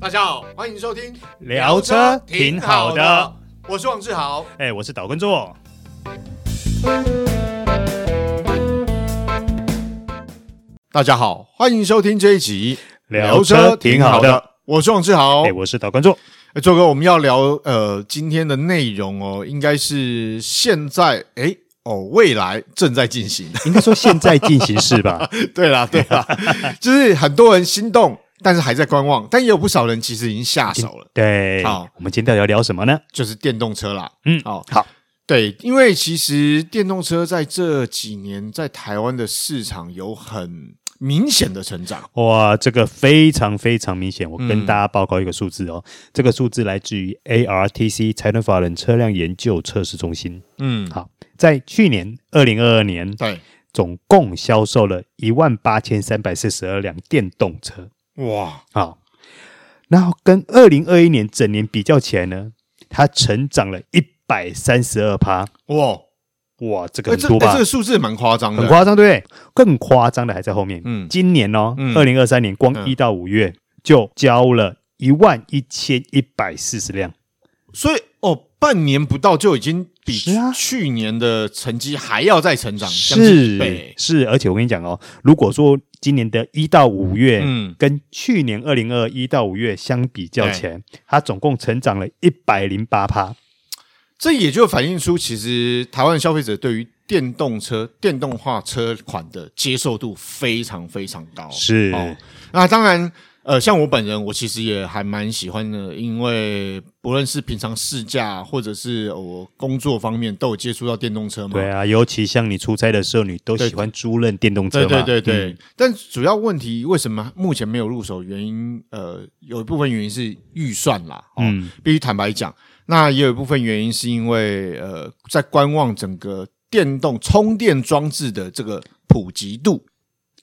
大家好，欢迎收听聊车挺好的，我是王志豪。哎、我是岛根哦座。大家好，欢迎收听这一集聊车挺好的，我是王志豪。哎、我是岛根座。哎周哥，我们要聊呃今天的内容哦，应该是现在哎哦未来正在进行。 应该说现在进行式吧？ 对啦，对啦，就是很多人心动，但是还在观望，但也有不少人其实已经下手了， 对。好，我们今天到底要聊什么呢？就是电动车啦。嗯好、哦，好，对，因为其实电动车在这几年在台湾的市场有很明显的成长。哇，这个非常非常明显。我跟嗯大家报告一个数字哦，这个数字来自于 ARTC 财团法人车辆研究测试中心。嗯，好，在去年二零二二年，对，总共销售了一万八千三百四十二辆电动车。哇，好，然后跟二零二一年整年比较起来呢，它成长了一百三十二趴。哇，哇，这个哎很这多哎吧？这个数字蛮夸张很的。夸张，对不对？更夸张的还在后面。嗯今年哦嗯，二零二三年光嗯一到五月就交了一万一千一百四十辆。所以哦，半年不到就已经比是啊去年的成绩还要再成长，将近一是倍。是，而且我跟你讲哦，如果说今年的一到五月，嗯跟去年二零二一到五月相比较起哎来，它总共成长了一百零八趴。哦这也就反映出，其实台湾消费者对于电动车、电动化车款的接受度非常非常高。是哦，那当然，呃，像我本人，我其实也还蛮喜欢的，因为不论是平常试驾，或者是呃我工作方面，都有接触到电动车嘛。对啊，尤其像你出差的时候，你都喜欢租赁电动车对嘛？对对对，嗯但主要问题为什么目前没有入手？原因呃，有一部分原因是预算啦，哦、嗯必须坦白讲。那也有一部分原因是因为呃，在观望整个电动充电装置的这个普及度。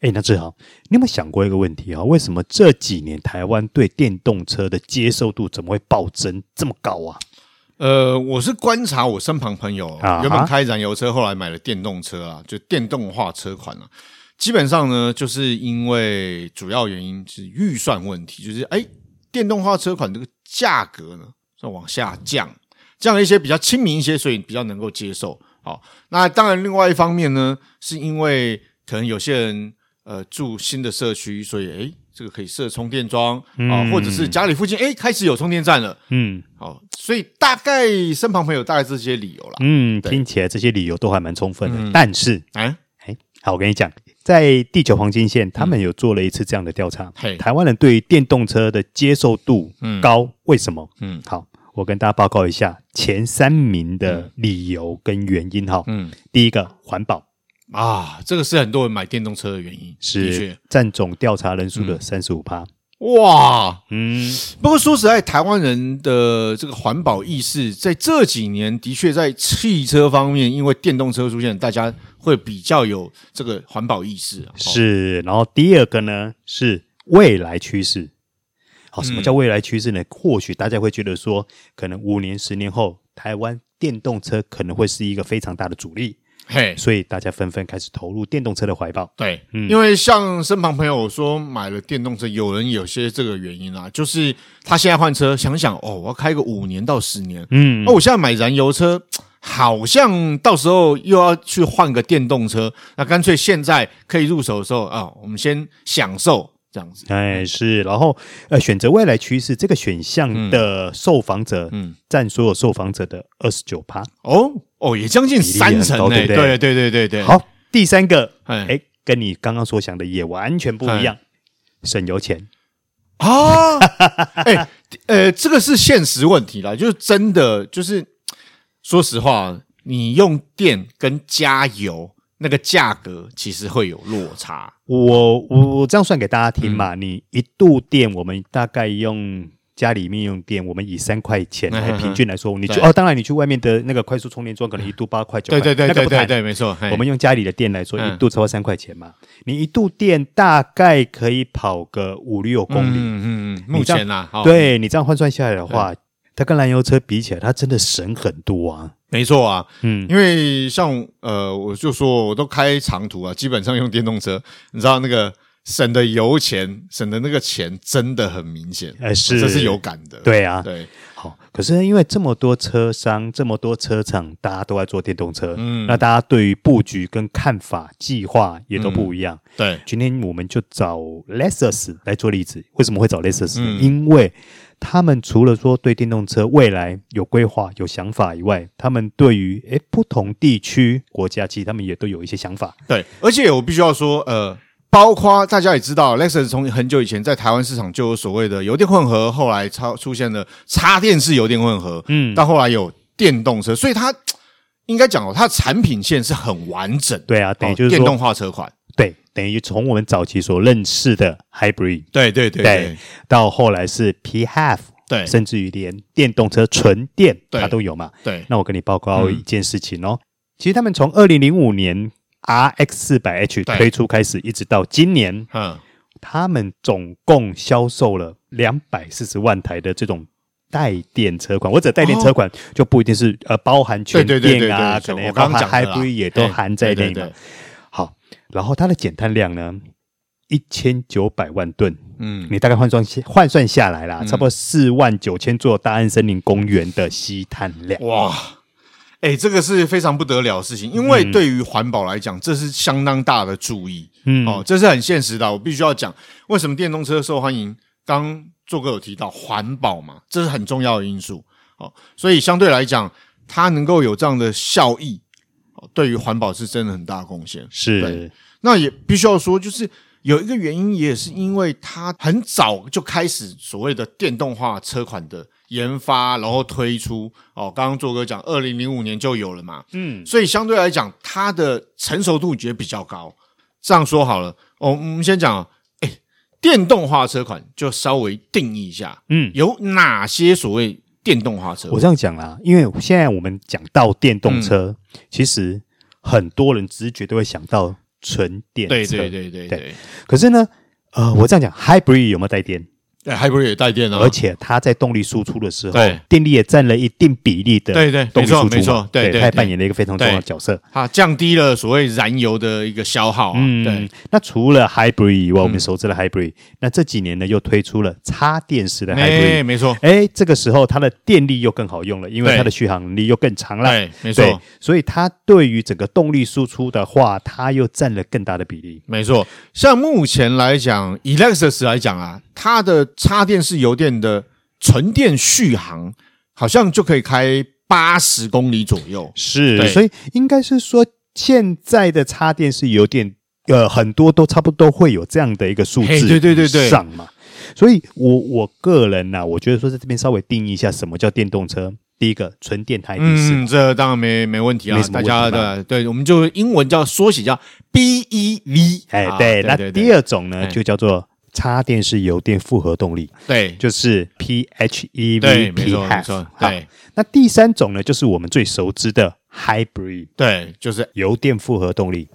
哎，那志豪，你有没有想过一个问题啊？为什么这几年台湾对电动车的接受度怎么会暴增这么高啊？呃，我是观察我身旁朋友哦、啊哈原本开燃油车，后来买了电动车啊，就电动化车款啊。基本上呢，就是因为主要原因是预算问题，就是哎，电动化车款这个价格呢在往下降，降了一些比较亲民一些，所以比较能够接受。好，那当然，另外一方面呢，是因为可能有些人呃住新的社区，所以哎，这个可以设充电桩啊、嗯或者是家里附近哎开始有充电站了。嗯哦，所以大概身旁朋友大概这些理由啦。嗯，对听起来这些理由都还蛮充分的。但是，哎，哎，好，我跟你讲，在地球黄金嗯线，他们有做了一次这样的调查，嘿台湾人对于电动车的接受度嗯高，为什么？嗯好，我跟大家报告一下前三名的理由跟原因哈。嗯第一个，环保。啊，这个是很多人买电动车的原因，的是确嗯占总调查人数的三十五趴。哇。嗯，不过说实在，台湾人的这个环保意识，在这几年的确在汽车方面，因为电动车出现，大家会比较有这个环保意识。哦，是。然后第二个呢是未来趋势。好，什么嗯叫未来趋势呢？或许大家会觉得说，可能五年、十年后，台湾电动车可能会是一个非常大的主力，嘿，所以大家纷纷开始投入电动车的怀抱。对，因为像身旁朋友说买了电动车，有人有些这个原因啦、就是他现在换车，想想哦，我要开个五年到十年，嗯，哦，我现在买燃油车，好像到时候又要去换个电动车，那干脆现在可以入手的时候啊，我们先享受这样子。哎，是，然后呃，选择未来趋势这个选项的受访者，嗯占所有受访者的二十九趴。哦哦，也将近三成比例呢、很高对不对对对对对对，，好，第三个，哎哎，跟你刚刚所想的也完全不一样，省油钱。啊，哎、呃，这个是现实问题啦，就是真的，就是说实话，你用电跟加油那个价格其实会有落差。我我我这样算给大家听嗯嘛，你一度电我们大概用。家里面用电，我们以三块钱来嗯哼哼平均来说，你去对哦，当然你去外面的那个快速充电桩可能一度八块九块，对对对那个对不对谈对，没错，嘿我们用家里的电来说，嗯一度超过三块钱嘛，你一度电大概可以跑个五六公里。嗯嗯嗯，目前啦，哦，对你这样换算下来的话，它跟燃油车比起来，它真的省很多啊。没错啊，嗯，因为像呃，我就说我都开长途啊，基本上用电动车，你知道那个省的油钱，省的那个钱真的很明显，呃是这是有感的，对啊，对，好，可是因为这么多车商、这么多车厂，大家都在做电动车，嗯那大家对于布局跟看法、计划也都不一样。对，今天我们就找 Lexus 来做例子。为什么会找 Lexus 呢？嗯因为他们除了说对电动车未来有规划、有想法以外，他们对于诶不同地区、国家，其实他们也都有一些想法。对，而且我必须要说，呃，包括大家也知道，Lexus 从很久以前在台湾市场就有所谓的油电混合，后来超出现了插电式油电混合，嗯，到后来有电动车，所以它应该讲哦，它的产品线是很完整的，对啊，等于就是哦电说，动化车款，对，等于从我们早期所认识的 Hybrid 对对对对对到后来是 P Half。对甚至于连电动车纯电哎对它都有嘛。对，那我跟你报告嗯一件事情哦，其实他们从二零零五年 RX 四百 H 对推出开始，一直到今年，嗯，他们总共销售了两百四十万台的这种。带电车款，或者带电车款就不一定是、呃包含全哦对对对对电啊，对，可能我也包刚刚含讲的啦哎 hybrid 也都含在内对对嘛对。好，然后它的减碳量呢，一千九百万吨，嗯，你大概换算下换算下来啦，差不多四万九千座大安森林公园的吸碳量。哇，哎、这个是非常不得了的事情，因为对于环保来讲，这是相当大的注意。嗯哦，这是很现实的，我必须要讲，为什么电动车受欢迎？刚做哥有提到环保嘛，这是很重要的因素。哦，所以相对来讲，它能够有这样的效益，哦、对于环保是真的很大的贡献。是对，那也必须要说，就是有一个原因，也是因为它很早就开始所谓的电动化车款的研发，然后推出。哦，刚刚做哥讲，二零零五年就有了嘛，嗯，所以相对来讲，它的成熟度也比较高。这样说好了，哦，我们先讲，哎，电动化车款就稍微定义一下，嗯有哪些所谓电动化车我款？这样讲啦，因为现在我们讲到电动车，嗯其实很多人直觉都会想到纯电车。对对。对对对，可是呢，呃，我这样讲，Hybrid 有没有带电？对 h y b r 也带电啊，而且它在动力输出的时候对，电力也占了一定比例的对对动力没错输出嘛。没错对对它也对扮演了一个非常重要的对哦角色。它降低了所谓燃油的一个消耗啊。对嗯嗯，那除了 Hybrid 以外，我们熟知的 Hybrid，、那这几年呢又推出了插电式的 Hybrid，哎，没错，哎，这个时候它的电力又更好用了，因为对它的续航能力又更长了。哎，没对错，，所以它对于整个动力输出的话，它又占了更大的比例。没错。像目前来讲，Lexus 来讲啊，它的插电式油电的纯电续航好像就可以开八十公里左右。是对所以应该是说，现在的插电式油电，呃，很多都差不多会有这样的一个数嘿字，对对对对上嘛。所以我我个人呐、我觉得说在这边稍微定义一下什么叫电动车。第一个，纯电台的式嗯，这当然没没问题啊没什，么大问题家吧的对，我们就英文叫缩写叫 BEV，哎啊，对，那对第二种呢，哎就叫做插电式油电复合动力，对就是 PHEV 对，没 P 错没 half 错。，好对那第三种呢，就是我们最熟知的 Hybrid 对，就是油电复合动力。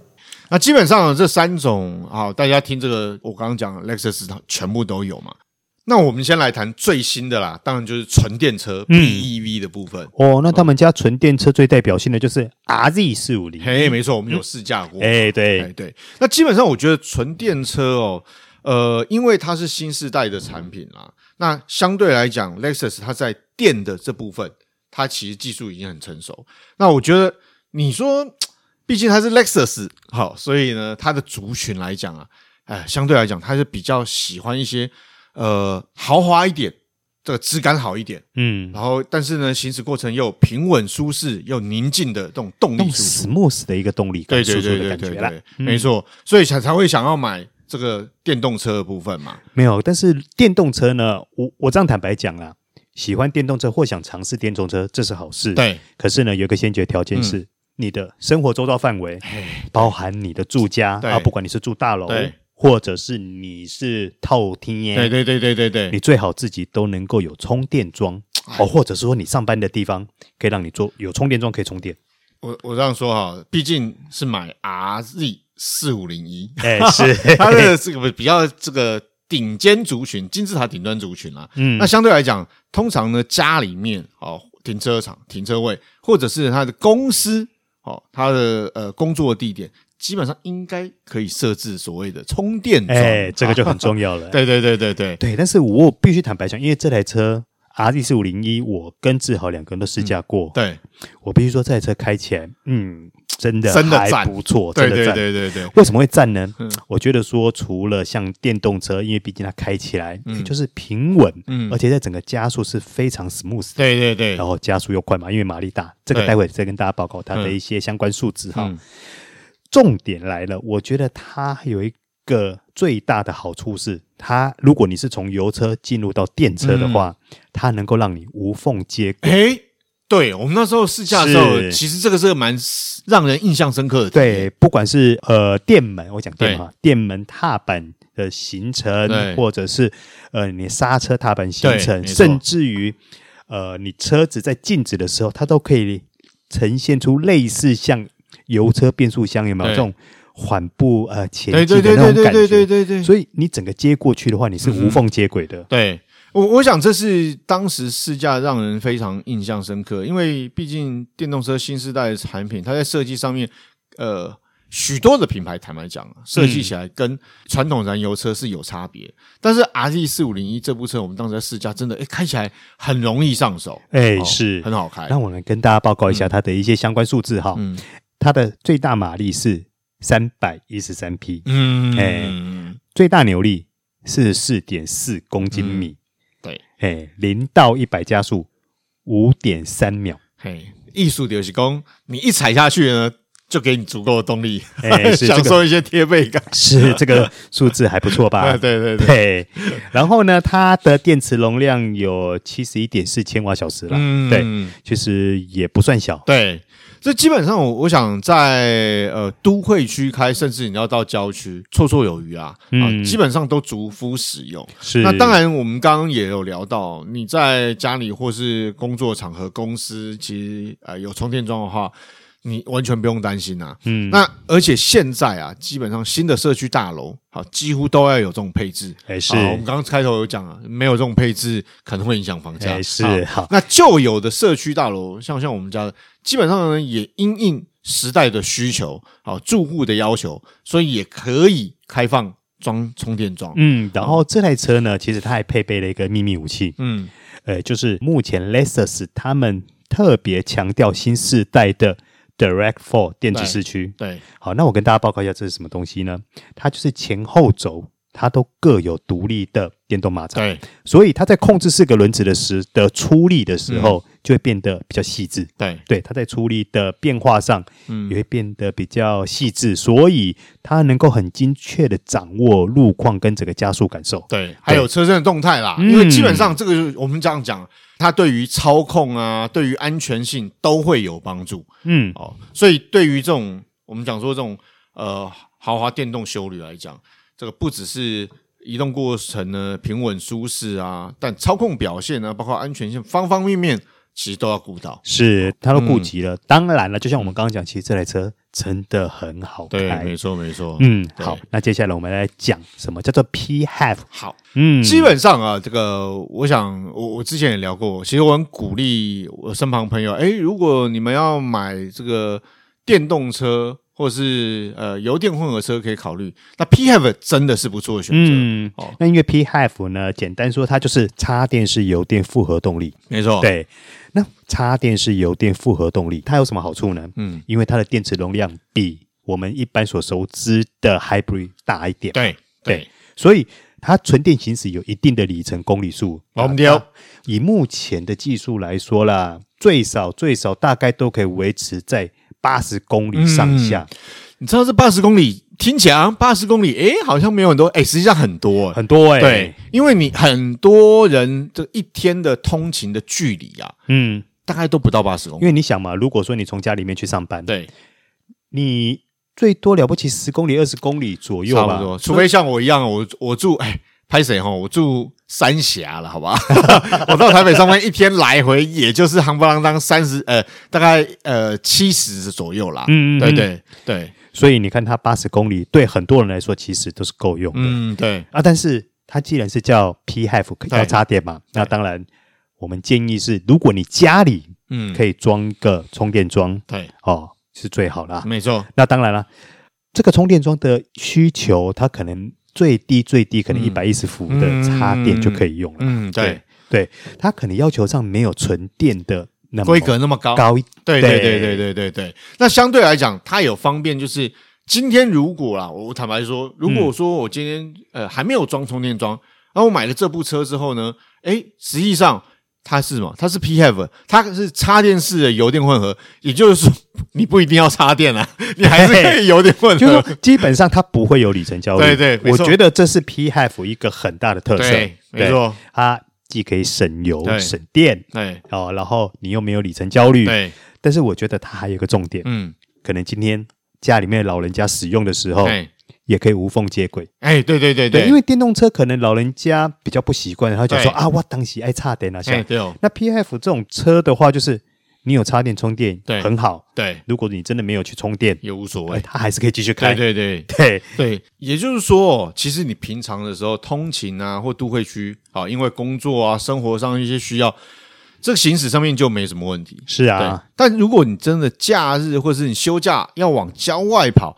那基本上这三种，好，大家听这个，我刚刚讲的 Lexus 它全部都有嘛。那我们先来谈最新的啦，当然就是纯电车嗯 BEV 的部分。哦，那他们家纯电车最代表性的就是 RZ 四五零。嘿，没错，我们有试驾过。哎，哎对，对，那基本上我觉得纯电车哦，呃，因为它是新世代的产品啦，那相对来讲，Lexus 它在电的这部分，它其实技术已经很成熟。那我觉得你说，毕竟它是 Lexus，好，所以呢，它的族群来讲啊，哎，相对来讲，它是比较喜欢一些呃豪华一点，这个质感好一点，嗯，然后但是呢，行驶过程又平稳舒适又宁静的这种动用力输出。 smooth 的一个动力对对感输出对的对感对觉啦对。，嗯没错，所以才才会想要买这个电动车的部分嘛。没有，但是电动车呢，我我这样坦白讲啦，喜欢电动车或想尝试电动车，这是好事。，对，可是呢，有一个先决条件嗯是，你的生活周遭范围包含你的住家哎对啊，不管你是住大楼对，或者是你是透天耶，对对对对对对你最好自己都能够有充电桩哎哦，或者是说你上班的地方可以让你做有充电桩可以 充电。我我这样说哈，毕竟是买 RZ 四五零 一，哎，是， 它的这个比较这个顶尖族群、金字塔顶端族群啦、嗯那相对来讲，通常呢家里面哦停车场、停车位，或者是他的公司哦他的呃工作地点，基本上应该可以设置所谓的充电桩。哎，这个就很重要了。 对对对对对，对，但是我必须坦白讲，因为这台车 R D 四五零一，我跟志豪两个人都试驾过，嗯对，我必须说这台车开起来，嗯，真的真的还赞不错，对真的对赞。对对对，为什么会赞呢？嗯我觉得说，除了像电动车，因为毕竟它开起来、就是平稳，嗯而且在整个加速是非常 smooth 的，对对对然，后加速又快嘛，因为马力大。这个对待会再跟大家报告它的嗯一些相关数字哈。嗯重点来了，我觉得它有一个最大的好处是，它如果你是从油车进入到电车的话，嗯它能够让你无缝接轨。哎，对我们那时候试驾的时候，是其实这个是个蛮让人印象深刻的体验。对，不管是呃电门，我讲电门哈，电门踏板的行程，对或者是呃你刹车踏板行对程，没错甚至于呃你车子在静止的时候，它都可以呃呈现出类似像油车变速箱有没有对这种缓步呃前对进对对的那对种对感觉。对对对嗯对，所以你整个接过去的话，你是无缝接轨的。对我，我想这是当时试驾让人非常印象深刻，因为毕竟电动车新时代的产品，它在设计上面，呃，许多的品牌坦白讲啊，设计起来跟传统燃油车是有差别。但是 R Z 四五零一这部车，我们当时在试驾，真的，哎，开起来很容易上手，哎、哦是。很好开那。我来跟大家报告一下它的一些相关数字哈。嗯它的最大马力是三百一十三匹，嗯，哎最大扭力是四点四公斤米。对，哎，零到一百加速五点三秒。嘿，艺术就是讲，你一踩下去呢，就给你足够的动力，哎是这个享受一些贴背感。是 这个数字还不错 吧？对对对对， 啊对，然后呢，它的电池容量有七十一点四千瓦小时了，嗯对，其实也不算小。对，这基本上我我想在呃都会区开，甚至你要到郊区，绰绰有余啊，嗯啊，基本上都足敷使用。是那当，然，我们刚刚也有聊到，你在家里或是工作场合、公司，其实呃有充电桩的话，你完全不用担心啊。嗯，那而且现在啊，基本上新的社区大楼，好、几乎都要有这种配置。哎是好，我们刚刚开头有讲啊，没有这种配置可能会影响房价。哎好是好，那旧有的社区大楼，像像我们家的，基本上呢也因应时代的需求，好、住户的要求，所以也可以开放装充电桩。嗯，然后这台车呢，其实它还配备了一个秘密武器，嗯，呃，就是目前 Lexus 他们特别强调新世代的 Direct Four 电子四驱。对，好，那我跟大家报告一下这是什么东西呢？它就是前后轴它都各有独立的电动马达，对，所以它在控制四个轮子的时的出力的时候，嗯就会变得比较细致。对，对，它在出力的变化上嗯也会变得比较细致，所以它能够很精确的掌握路况跟整个加速感受。对，还有车身的动态啦，嗯因为基本上这个就是我们这样讲，它对于操控啊，对于安全性都会有帮助嗯，哦。所以对于这种我们讲说这种呃豪华电动修旅来讲，这个不只是移动过程呢平稳舒适啊，但操控表现啊呢，包括安全性方方面面，其实都要顾到。是，它都嗯顾及了。当然了，就像我们刚刚讲，其实这台车真的很好对，开哎没。错，没错。嗯，对好，那接下来我们来讲什么叫做 P Half。好，嗯，基本上啊，这个我想，我我之前也聊过，其实我很鼓励我身旁朋友，哎，如果你们要买这个电动车或是呃油电混合车，可以考虑。那 P Have 真的是不错的选择，嗯哦，那因为 P Half 呢，简单说它就是插电式油电复合动力。没错，，对，那插电式油电复合动力它有什么好处呢？嗯，因为它的电池容量比我们一般所熟知的 Hybrid 大一点，对对，所以它纯电行驶有一定的里程公里数。我们啊丢以目前的技术来说啦，最少最少大概都可以维持在八十公里上嗯下，你知道这八十公里听起来好像八十公里，哎，好像没有很多，哎，实际上很多，哎很多哎、对，，因为你很多人这一天的通勤的距离啊，嗯，大概都不到八十公里，因为你想嘛，如果说你从家里面去上班，对，你最多了不起十公里、二十公里左右差吧，不多，除非像我一样，我我住哎，拍谁哈？我住三峡了，好吧？ 我到台北上班一天来回，也就是夯不啷当三十呃，大概呃七十左右啦。嗯嗯嗯对对对，所以你看它八十公里，对很多人来说其实都是够用的、嗯对啊。但是它既然是叫 P E Half 对要插电嘛，那当然我们建议是，如果你家里嗯可以装个充电桩对，哦，是最好啦。嗯没错，那当然啦，这个充电桩的需求，它可能最低最低可能一百一十伏的插电就可以用了。嗯，对，对，它可能要求上没有纯电的那么规格那么高，高一，对对对对对对对。那相对来讲，它有方便，就是今天如果啦，我坦白说，如果说我今天呃还没有装充电桩，然后我买了这部车之后呢，诶，实际上它是什么？它是 PHEV，它是插电式的油电混合，也就是说你不一定要插电啊， 你还是可以油电 混就是合。说基本上它不会有里程焦虑。对对没我错觉得这是 P Half 一个很大的特色。对，没错，它既可以省油对省电对哦，然后你又没有里程焦虑。对，但是我觉得它还有一个重点，嗯，可能今天家里面的老人家使用的时候，对，也可以无缝接轨。哎，对对对哦对，因为为电动车可能老人家比较不习惯，他就说对啊，我当时爱插电啊，哎像对哦，那 P F 这种车的话，就是你有插电充电，对很好。对如果你真的没有去充电，也无所哎谓。它还是可以继续开。对对对，对对，也就是说哦，其实你平常的时候通勤啊，或都会区啊，因为工作啊、生活上一些需要，这个行驶上面就没什么问题。是对啊，，但如果你真的假日或是你休假要往郊外跑，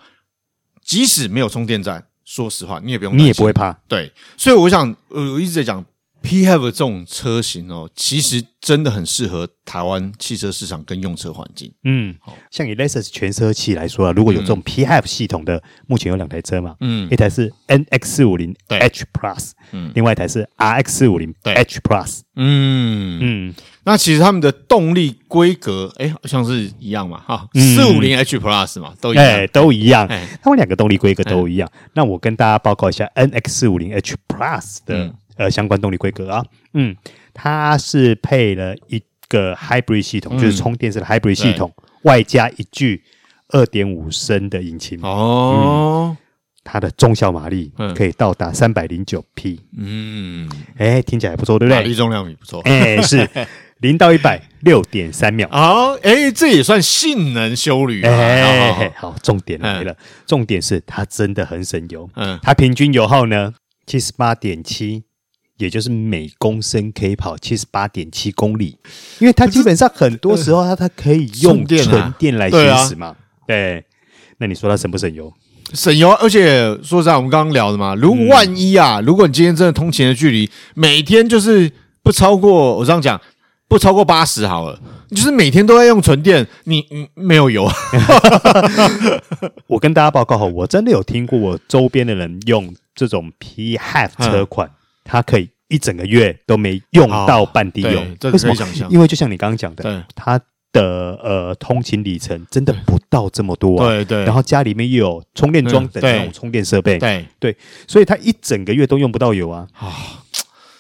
即使没有充电站，说实话你也不用，你也不会。怕。对，所以我想，呃我一直在讲 P Have 这种车型哦，其实真的很适合台湾汽车市场跟用车环境。嗯，像以 Lexus 全车系来说啊，如果有这种 P F 系统的，目前有两台车嘛，嗯一台是 N X 四五零对 H Plus，嗯另外一台是 R X 四五零对 H Plus。嗯嗯，那其实他们的动力规格，哎，好像是一样嘛，哈，嗯四五零 H Plus 嘛，都一样。哎，都一样哎，他们两个动力规格都一样。那我跟大家报告一下 N X 四五零 H Plus 的嗯呃相关动力规格啊，嗯，它是配了一个 Hybrid 系嗯统，就是充电式的 Hybrid 系统，外加一具二点五升的引擎。哦，它的中效马力嗯可以到达三百零九匹，嗯，哎，听起来不错，对不马对力？重量也不错。哎，是 零到一百六点三秒。哦，哎，这也算性能修旅啊。哎、哦好，重点来了，重点是它真的很省油，嗯它平均油耗呢七十八点七。也就是每公升可以跑七十八点七公里，因为它基本上很多时候它它可以用纯电啊纯电来对啊行驶嘛。对，那你说它省不省油？省油，而且说实在，我们刚刚聊的嘛，嗯如果万一啊，如果你今天真的通勤的距离每天就是不超过，我这样讲。不超过八十好了，你就是每天都在用纯电，你你没有油，我跟大家报告哈，我真的有听过我周边的人用这种 P Half 车款，嗯它可以一整个月都没用到半滴油，哦对这个为什么可以想象因为就像你刚刚讲对的，它的呃通勤里程真的不到这么多、啊，对对然后家里面又有充电桩嗯等对那种充电设备，对，对，所以它一整个月都用不到油啊。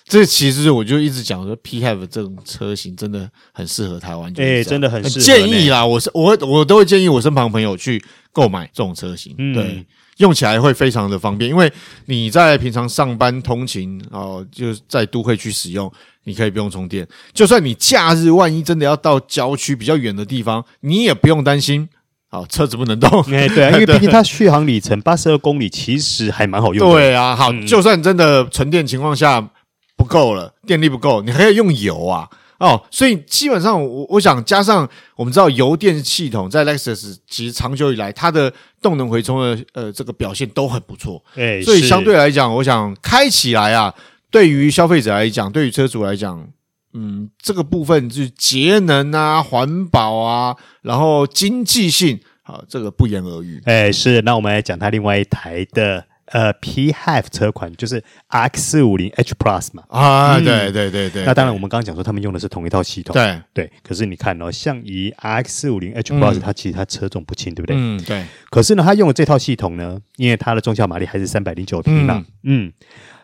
这其实我就一直讲说 p h e v 这种车型真的很适合台湾，就是哎这样真的很适合哎建呢议啊啦。我是我我都会建议我身旁朋友去购买这种车型，嗯对，用起来会非常的方便，因为你在平常上班通勤哦、就是在都会区使用，你可以不用充电。就算你假日万一真的要到郊区比较远的地方，你也不用担心，好、车子不能动，哎、对啊，因为毕竟它续航里程八十二公里，其实还蛮好用的。嗯对啊，好，就算真的纯电情况下不够了，电力不够，你还可以用油啊。哦，所以基本上我我想加上我们知道油电系统在 Lexus 其实长久以来它的动能回充的呃这个表现都很不错，哎，所以是相对来讲，我想开起来啊，对于消费者来讲，对于车主来讲，嗯，这个部分就是节能啊、环保啊，然后经济性啊，这个不言而喻。哎，是，那我们来讲它另外一台的呃 P Half 车款，就是 X 四五零 H Plus 嘛。啊，对对对对，嗯那当然，我们刚刚讲说他们用的是同一套系统，对，对。可是你看哦，像以 R X 四五零 H Plus，、它其实它车重不轻，对不对？嗯，对。可是呢，它用的这套系统呢，因为它的中效马力还是三百零九匹嘛，嗯，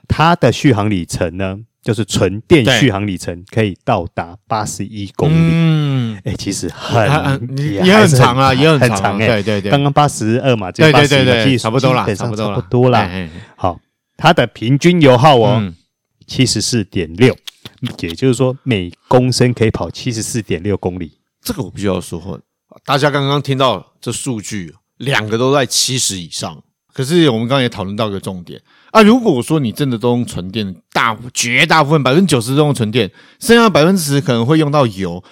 它的续航里程呢，就是纯电对续航里程可以到达八十一公里，嗯，哎、其实很还很也还很是长啊，也很很长长哎、啊，对对对，刚刚八十二嘛，这对八对十对其对，实差不多啦，基本差上不多啦，差不多啦。哎，哎好，它的平均油耗哦，嗯，七十四点六，也就是说每公升可以跑七十四点六公里。这个我必须要说，大家刚刚听到这数据，两个都在七十以上。可是我们刚刚也讨论到一个重点啊，如果说你真的都用纯电，大绝大部分百分之九十都用纯电，剩下百分之十可能会用到油。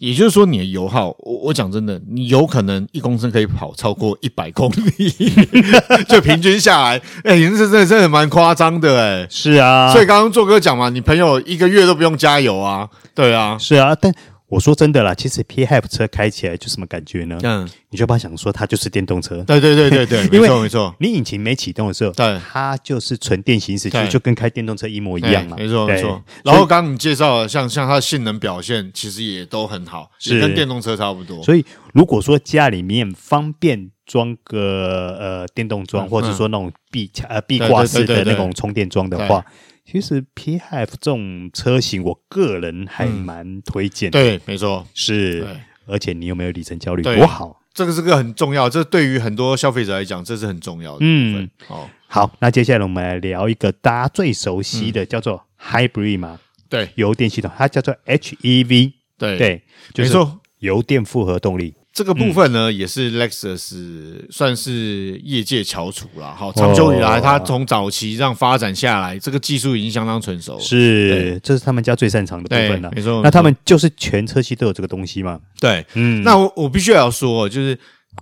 也就是说，你的油耗，我我讲真的，你有可能一公升可以跑超过一百公里， 就平均下来，哎、欸，这真的真的蛮夸张的哎、是啊，所以刚刚做哥讲嘛，你朋友一个月都不用加油啊，对啊，是啊，但我说真的啦，其实 P Hype 车开起来就什么感觉呢？嗯，你就不要想说它就是电动车，对对对对对， 因没为错没错，你引擎没启动的时候，对它就是纯电行驶，其对实就跟开电动车一模一样嘛，哎没错对没错。然后刚刚你介绍了，像像它的性能表现，其实也都很好，也是跟电动车差不多。所以如果说家里面方便装个呃电动桩，或者说那种壁卡呃壁挂嗯式对对对的对那种充电桩的话，其实 P F 这种车型，我个人还蛮推荐嗯的。对，没错，是对，而且你有没有里程焦虑，对多好！这个是个很重要，这对于很多消费者来讲，这是很重要的。嗯嗯，哦，好，那接下来我们来聊一个大家最熟悉嗯的，叫做 Hybrid 嘛，对油电系统，它叫做 HEV，对，对，就没是错。油电复合动力。这个部分呢，也是 Lexus 算是业界翘楚啦。好，长久以来，哦它从早期这样发展下来，这个技术已经相当成熟了。是，这是他们家最擅长的哦对部分了、啊没错没错那他们就是全车系都有这个东西嘛？对，嗯，那我我必须要说，哦就是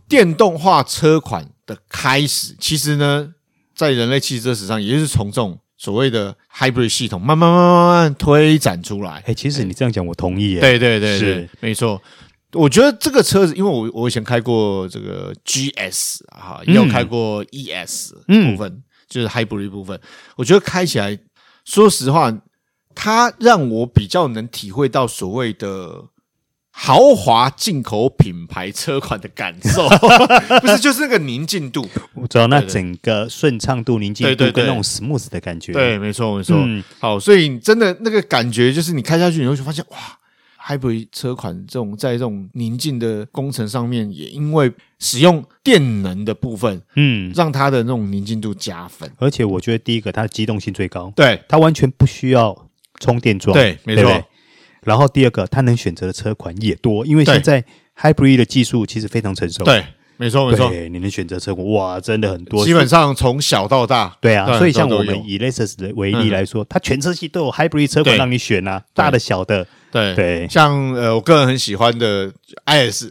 电动化车款的开始，其实呢，在人类汽车史上，也就是从这种所谓的 hybrid 系统慢慢慢慢慢慢推展出来哎、。其实你这样讲，我同意耶。，对对对对是，没错。我觉得这个车子，因为我我以前开过这个 GS 啊，也有开过 ES 嗯部分，就是 hybrid 部分。我觉得开起来，说实话，它让我比较能体会到所谓的豪华进口品牌车款的感 受，不是就是那个宁静度。我知道那对对整个顺畅度、宁静对度对跟那对种 smooth 的感觉。对，没错没错。嗯好，所以真的那个感觉就是你开下去，你会发现哇，Hybrid 车款这种在这种宁静的工程上面，也因为使用电能的部分，嗯，让它的那种宁静度加分。而且我觉得第一个，它的机动性最高，对它完全不需要充电桩。对没错不对然后第二个，它能选择的车款也多，因为对现在 hybrid 的技术其实非常成熟。对，没错没对，错，你能选择车款，哇，真的很多。基本上从小到大，对啊，所以像都我有们以 Lexus 的为嗯例来说，它全车系都有 hybrid 车款对让你选啊，大的小的，对对像呃，我个人很喜欢的 IS，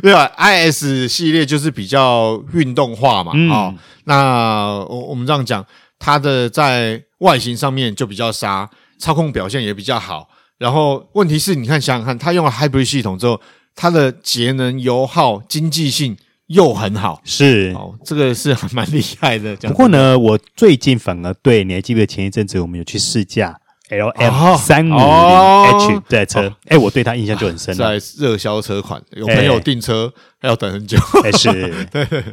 对吧？IS 啊系列就是比较运动化嘛，嗯哦，那我我们这样讲，它的在外形上面就比较杀，操控表现也比较好。然后问题是，你看想想看，它用了 Hybrid 系统之后，它的节能、油耗、经济性又很好，是。哦，这个是还蛮厉害的。这嗯不样过呢，我最近反而对你还记不记得前一阵子我们有去试驾 L 哦 M 三五零哦 H 这台车，哎，我对它印象就很深啊了。在热销车款，有朋友哎订车还要等很久，哎，是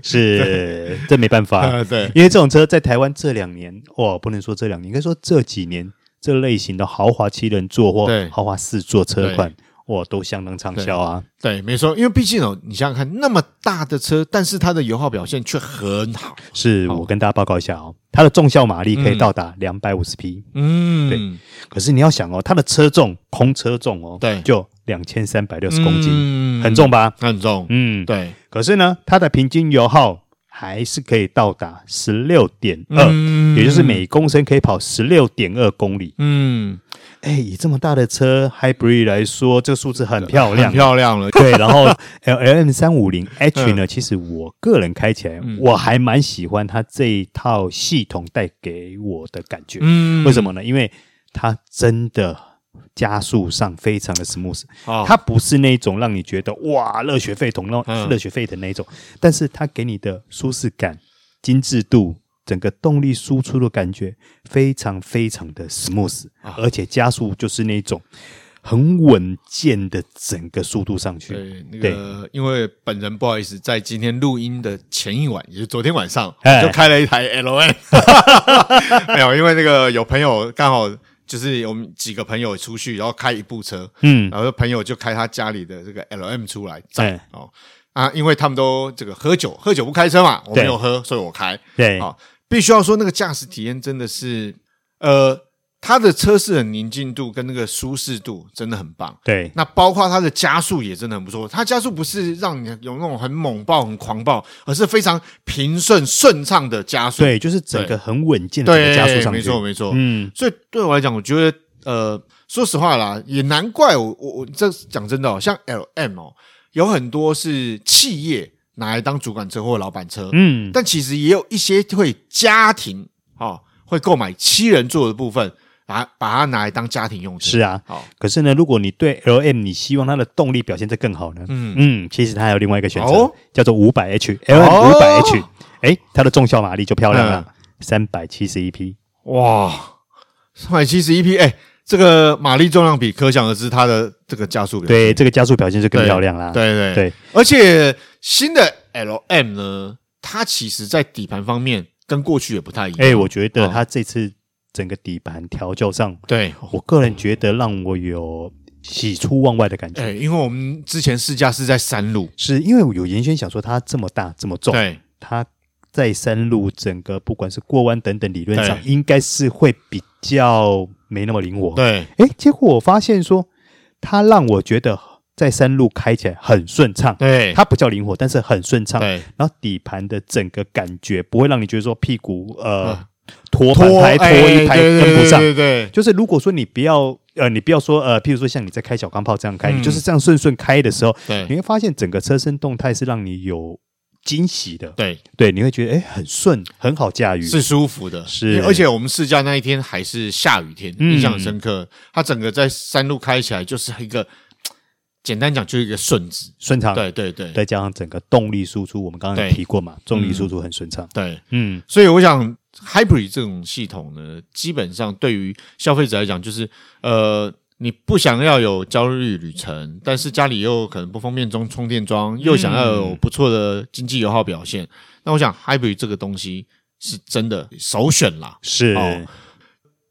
是，这没办法，啊， 对。因为这种车在台湾这两年，哇，不能说这两年，应该说这几年，这类型的豪华七人座或对豪华四座车款，哇，都相当畅销啊。对，没错，因为毕竟哦，你想想看，那么大的车，但是它的油耗表现却很好。是我跟大家报告一下哦，它的重效马力可以到达两百五十匹，嗯，可是你要想哦，它的车重空车重哦，对嗯就两千三百六对十公斤，斤很，重吧？很重。嗯，。对，可是呢，它的平均油耗还是可以到达十六点二，嗯也就是每公升可以跑十六点二公里。嗯，哎，以这么大的车 Hybrid 来说，这个数字很漂很亮。漂亮了。 对，然后 L L M 三五零 H 呢，其实我个人开起来，我还蛮喜欢它这一套系统带给我的感觉。嗯为什么呢？因为它真的加速上非常的 smooth，、哦它不是那种让你觉得哇热血沸腾、那嗯种热血沸腾那一种，但是它给你的舒适感、精致度。整个动力输出的感觉非常非常的 smooth，、而啊且加速就是那种很稳健的整个速度上去。对，那个，因为本人不好意思，在今天录音的前一晚，也就是昨天晚上，哎我就开了一台 L N，没有，因为那个有朋友刚好就是我们几个朋友出去，然后开一部车，嗯，然后朋友就开他家里的这个 L M 出来载、哎哦啊，因为他们都这个喝酒，喝酒不开车嘛，我没对有喝，所以我开。对，好、必须要说那个驾驶体验真的是，呃，它的车室的宁静度跟那个舒适度真的很棒。对，那包括它的加速也真的很不错，它加速不是让你有那种很猛爆、很狂暴，而是非常平顺、顺畅的加速。对，就是整个很稳健的整对，个加速上去。没错没错。嗯，所以对我来讲，我觉得呃，说实话啦，也难怪我我我这讲真的、哦，像 L M 哦，有很多是企业拿来当主管车或老板车，嗯，但其实也有一些会家庭哦，会购买七人座的部分，把它把它拿来当家庭用车。是啊。好，可是呢，如果你对 L M 你希望它的动力表现得更好呢，嗯嗯，其实它还有另外一个选择，哦叫做五百 H L M 五百 H，哎，它的重效马力就漂亮嗯了，三百七十一匹，哇，三百七十一匹，哎，这个马力重量比可想而知，它的这个加速表对，这个加速表现就更对漂亮啦。对对对，而且新的 L M 呢，它其实在底盘方面跟过去也不太一样。哎，我觉得哦它这次整个底盘调教上，对，我个人觉得让我有喜出望外的感觉，哎，因为我们之前试驾是在山路，是因为我有严轩想说它这么大这么重，对，它在山路整个不管是过弯等等，理论上对应该是会比较没那么灵活。，对，哎，结果我发现说，它让我觉得在山路开起来很顺畅，对，它不叫灵活，但是很顺畅。对，然后底盘的整个感觉不会让你觉得说屁股呃嗯拖半拍拖一拍哎对跟不上。对对对就是如果说你不要呃，你不要说呃，譬如说像你在开小钢炮这样开，嗯你就是这样顺顺开的时候，对你会发现整个车身动态是让你有惊喜的，对对，你会觉得哎很顺，很好驾驭，对，是舒服的，是而且我们试驾那一天还是下雨天，嗯印象很深刻。它整个在山路开起来就是一个，简单讲就是一个顺直。顺畅。对对对再加上整个动力输出，我们刚刚有对提过嘛，动力输出很顺畅。对，嗯，所以我想 Hybrid 这种系统呢，基本上对于消费者来讲，就是呃，你不想要有焦虑旅程，但是家里又可能不方便装充电桩，又想要有不错的经济油耗表现，那我想 Hybrid 这个东西是真的首选啦。是，哦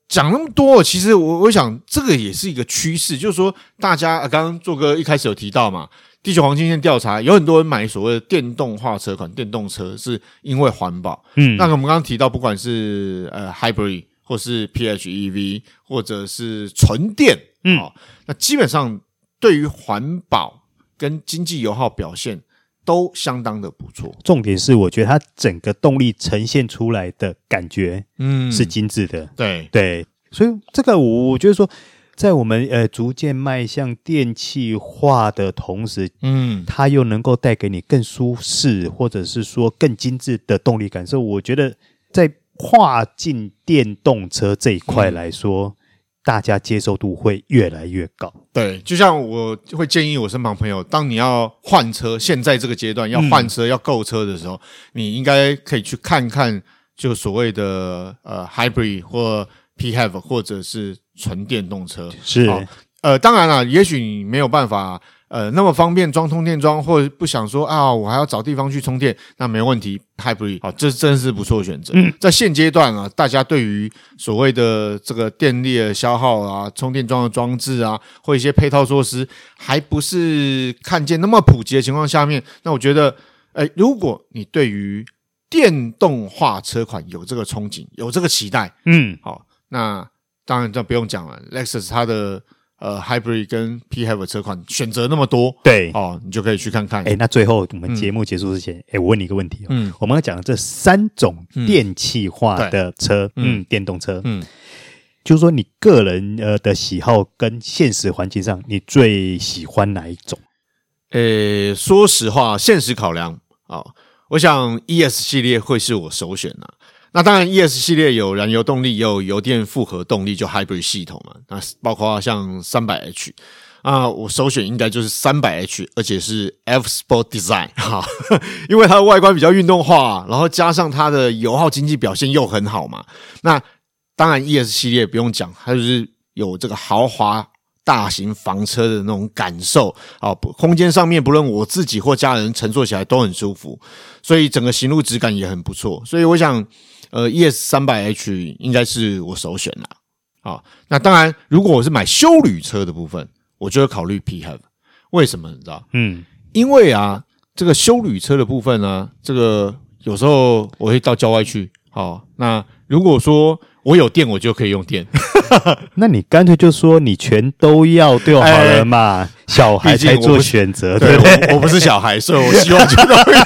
讲那么多，其实我我想这个也是一个趋势，就是说大家呃刚刚做哥一开始有提到嘛，地球黄金线调查有很多人买所谓的电动化车款、电动车，是因为环保。嗯，那我们刚刚提到，不管是呃 hybrid 或是 PHEV 或者是纯电，嗯哦，那基本上对于环保跟经济油耗表现都相当的不错。重点是我觉得它整个动力呈现出来的感觉嗯是精致的，对对，所以这个我我觉得说，在我们呃逐渐迈向电气化的同时，嗯，它又能够带给你更舒适，或者是说更精致的动力感受。我觉得在跨境电动车这一块来说，大家接受度会越来越高。对，就像我会建议我身旁朋友，当你要换车，现在这个阶段要换车、要购车的时候，你应该可以去看看，就所谓的呃 hybrid 或 PHEV 或者是纯电动车，是好呃，当然了，也许你没有办法呃那么方便装充电桩，或者不想说啊，我还要找地方去充电，那没问题，Hybrid 好、这真是不错的选择。嗯，在现阶段啊，大家对于所谓的这个电力的消耗啊、充电桩的装置啊，或一些配套措施，还不是看见那么普及的情况下面，那我觉得，哎，如果你对于电动化车款有这个憧憬，有这个期待，嗯，好，那当然这不用讲了，Lexus 它的呃 Hybrid 跟 PHEV 车款选择那么多，对。哦，你就可以去看看。哎，那最后我们节目结束之前，哎、我问你一个问题哦。嗯我们要讲的这三种电气化的车，嗯，嗯电动车，嗯，就是说你个人呃的喜好跟现实环境上，你最喜欢哪一种？呃，说实话，现实考量哦，我想 ES 系列会是我首选呐、啊那当然，ES 系列有燃油动力，也有油电复合动力，就 Hybrid 系统嘛。那包括像三百 H 啊，我首选应该就是三百 H，而且是 F Sport Design 哈、 因为它的外观比较运动化，然后加上它的油耗经济表现又很好嘛。那当然，ES 系列不用讲，它就是有这个豪华大型房车的那种感受啊，不空间上面不论我自己或家人乘坐起来都很舒服，所以整个行路质感也很不错。所以我想，呃，ES 三百 H 应该是我首选啦。好，那当然，如果我是买修旅车的部分，我就会考虑 PHEV。为什么你知道？嗯，因为啊，这个修旅车的部分呢、这个有时候我会到郊外去。好，那如果说我有电，我就可以用电。那你干脆就说你全都要就好了嘛，小哎孩毕竟才我做不选择，对对不对？我，我不是小孩，所以我希望全都有。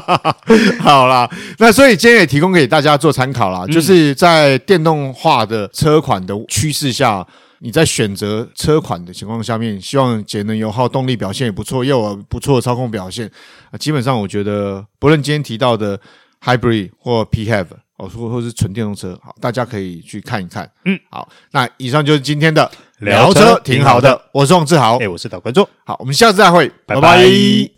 好啦，那所以今天也提供嗯给大家做参考啦，就是在电动化的车款的趋势下。你在选择车款的情况下面，希望节能、油耗、动力表现也不错，又有不错的操控表现。啊，基本上我觉得，不论今天提到的 Hybrid 或 PHEV，哦，或或是纯电动车，好，大家可以去看一看。嗯，好，那以上就是今天的聊车挺好的，我是王志豪哎、。我是导观众，好，我们下次再会，拜拜拜